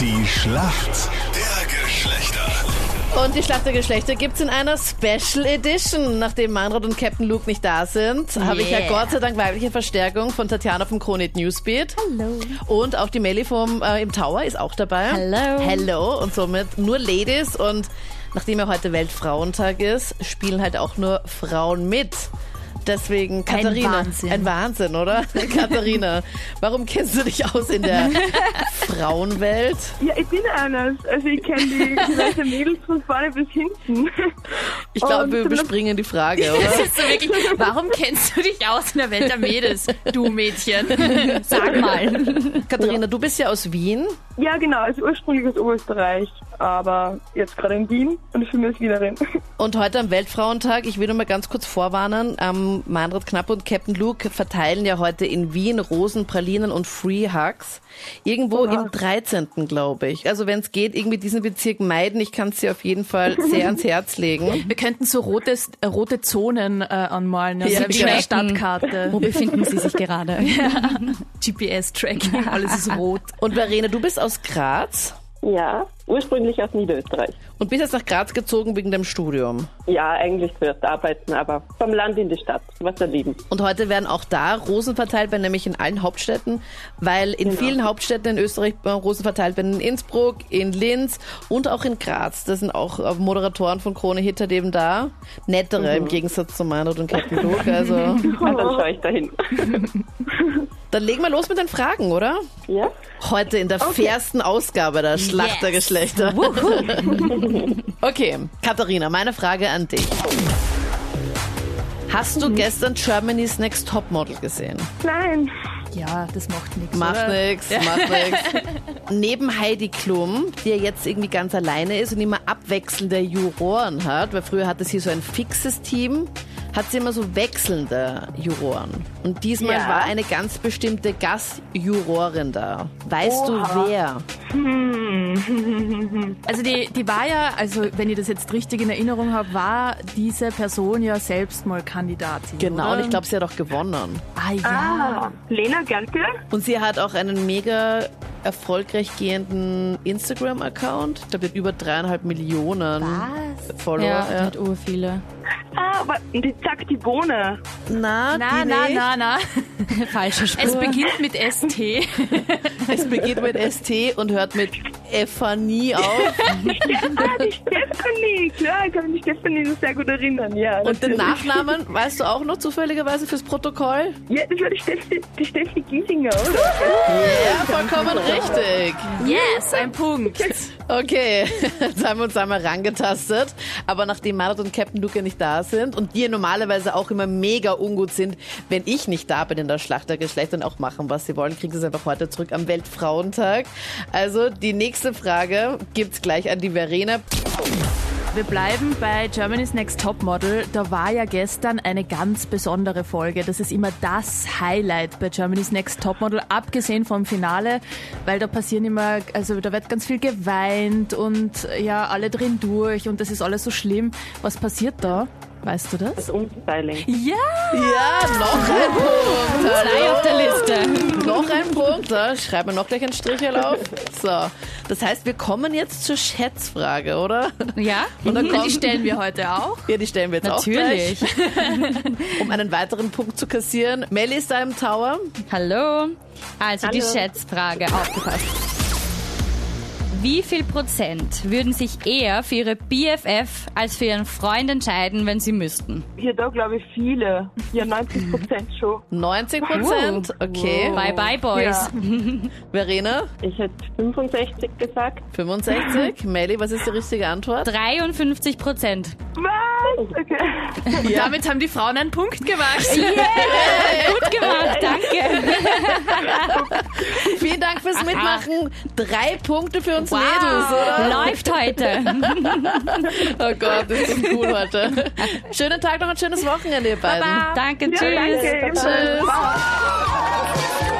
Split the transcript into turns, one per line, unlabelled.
Die Schlacht der Geschlechter.
Und die Schlacht der Geschlechter gibt's in einer Special Edition. Nachdem Manfred und Captain Luke nicht da sind, habe ich ja
Yeah.
Gott sei Dank weibliche Verstärkung von Tatjana vom Kronit Newsbeat.
Hallo.
Und auch die Melli vom äh, im Tower ist auch dabei.
Hello.
Hello. Und somit nur Ladies. Und nachdem ja heute Weltfrauentag ist, spielen halt auch nur Frauen mit. Deswegen Katharina.
Wahnsinn.
Ein Wahnsinn, oder? Katharina, warum kennst du dich aus in der Frauenwelt?
Ja, ich bin eines. Also ich kenne die ganzen Mädels von vorne bis hinten.
Ich glaube,
Und
wir
zum-
überspringen die Frage, oder?
Das ist so wirklich, warum kennst du dich aus in der Welt der Mädels, du Mädchen? Sag mal.
Katharina, du bist ja aus Wien.
Ja, genau, also ursprünglich aus Oberösterreich, aber jetzt gerade in Wien und ich bin jetzt Wienerin.
Und heute am Weltfrauentag, ich will nur mal ganz kurz vorwarnen, ähm, Manfred Knapp und Captain Luke verteilen ja heute in Wien Rosen, Pralinen und Free Hugs. Irgendwo im 13. glaube ich. Also wenn es geht, irgendwie diesen Bezirk meiden. Ich kann es dir auf jeden Fall sehr ans Herz legen.
Wir könnten so rotes, äh, rote Zonen äh, anmalen, also
Ja,
wie eine
schmecken.
Stadtkarte.
genau. Wo befinden sie sich gerade?
GPS-Tracking, alles ist rot.
Und Verena, du bist aus Graz
Ja, ursprünglich aus Niederösterreich.
und bist jetzt nach Graz gezogen wegen deinem Studium.
Ja, eigentlich zuerst arbeiten, aber vom Land in die Stadt, was erleben.
Und heute werden auch da Rosen verteilt werden, nämlich in allen Hauptstädten, weil in vielen Hauptstädten in Österreich äh, Rosen verteilt werden, in Innsbruck, in Linz und auch in Graz. Das sind auch äh, Moderatoren von Krone Hit halt eben da. Nettere im Gegensatz zu Manfred und Captain Luke. Also,
Und dann schaue ich dahin.
dann legen wir los mit den Fragen, oder?
Ja?
Heute in der fairsten Ausgabe der Schlacht der
Yes.
Geschlechter. okay, Katharina, meine Frage an dich. Hast du gestern Germany's Next Topmodel gesehen?
Nein,
Ja, das macht nichts.
Macht nix, macht nix. Neben Heidi Klum, die ja jetzt irgendwie ganz alleine ist und immer abwechselnde Juroren hat, weil früher hatte sie so ein fixes Team, hat sie immer so wechselnde Juroren. Und diesmal
Ja.
war eine ganz bestimmte Gastjurorin da. Weißt du wer?
Also die, die war ja, also wenn ich das jetzt richtig in Erinnerung habe, war diese Person ja selbst mal Kandidatin.
Genau,
oder?
und ich glaube, sie hat auch gewonnen.
Ah ja.
Lena Gerke?
Und sie hat auch einen mega erfolgreich gehenden Instagram-Account. Da wird über dreieinhalb Millionen
Was?
Follower.
Ja, die
Ja.
hat ur viele.
Ah, aber die zack die Bohne.
Na,
Na,
die
na,
nicht.
na, na.
Falsche
Es
Spur.
beginnt mit ST.
Es beginnt mit ST und hört mit Ephanie auf.
Ah, die Stephanie, klar, ich kann mich an die Stephanie so sehr gut erinnern, ja.
Und den
natürlich.
Nachnamen weißt du auch noch zufälligerweise fürs Protokoll?
Ja, das war die Steffi, die Steffi Giesinger, oder?
Ja, vollkommen richtig.
Yes, ein Punkt.
Okay, jetzt haben wir uns einmal rangetastet. Aber nachdem Marat und Captain Luke ja nicht da sind und die ja normalerweise auch immer mega ungut sind, wenn ich nicht da bin in der Schlacht der Geschlechter und auch machen, was sie wollen, kriegen sie es einfach heute zurück am Weltfrauentag. Also die nächste Frage gibt's gleich an die Verena.
Wir bleiben bei Germany's Next Topmodel. Da war ja gestern eine ganz besondere Folge. Das ist immer das Highlight bei Germany's Next Topmodel, abgesehen vom Finale, weil da passieren immer, also da wird ganz viel geweint und ja, alle drehen durch und das ist alles so schlimm. Was passiert da? Weißt du das?
Das Umstyling.
Ja!
Ja, noch ein Punkt.
Drei auf der Liste.
Noch ein Punkt, da schreiben wir noch gleich einen Strichel auf. So, das heißt, wir kommen jetzt zur Schätzfrage, oder?
Ja?
Und dann
Mhm.
kommt,
Die stellen wir heute auch.
ja, die stellen wir jetzt
Natürlich.
auch gleich, um einen weiteren Punkt zu kassieren. Melly ist da im Tower.
Hallo. Also die
Hallo.
Schätzfrage, aufgepasst. Wie viel Prozent würden sich eher für ihre BFF als für ihren Freund entscheiden, wenn sie müssten?
Hier da glaube ich viele. Ja, 90 Prozent schon.
90 Prozent. Okay.
Bye bye, Boys.
Verena,
Ich hätte 65 gesagt.
65. Melly, was ist die richtige Antwort?
53 Prozent.
Was? Okay.
Und damit haben die Frauen einen Punkt gemacht.
Gut gemacht, danke.
Vielen Dank fürs Mitmachen. Drei Punkte für uns Mädels, oder?
Läuft heute.
Oh Gott, ist das cool heute. Schönen Tag noch und schönes Wochenende, ihr beiden.
Danke, tschüss.
Danke.
Tschüss.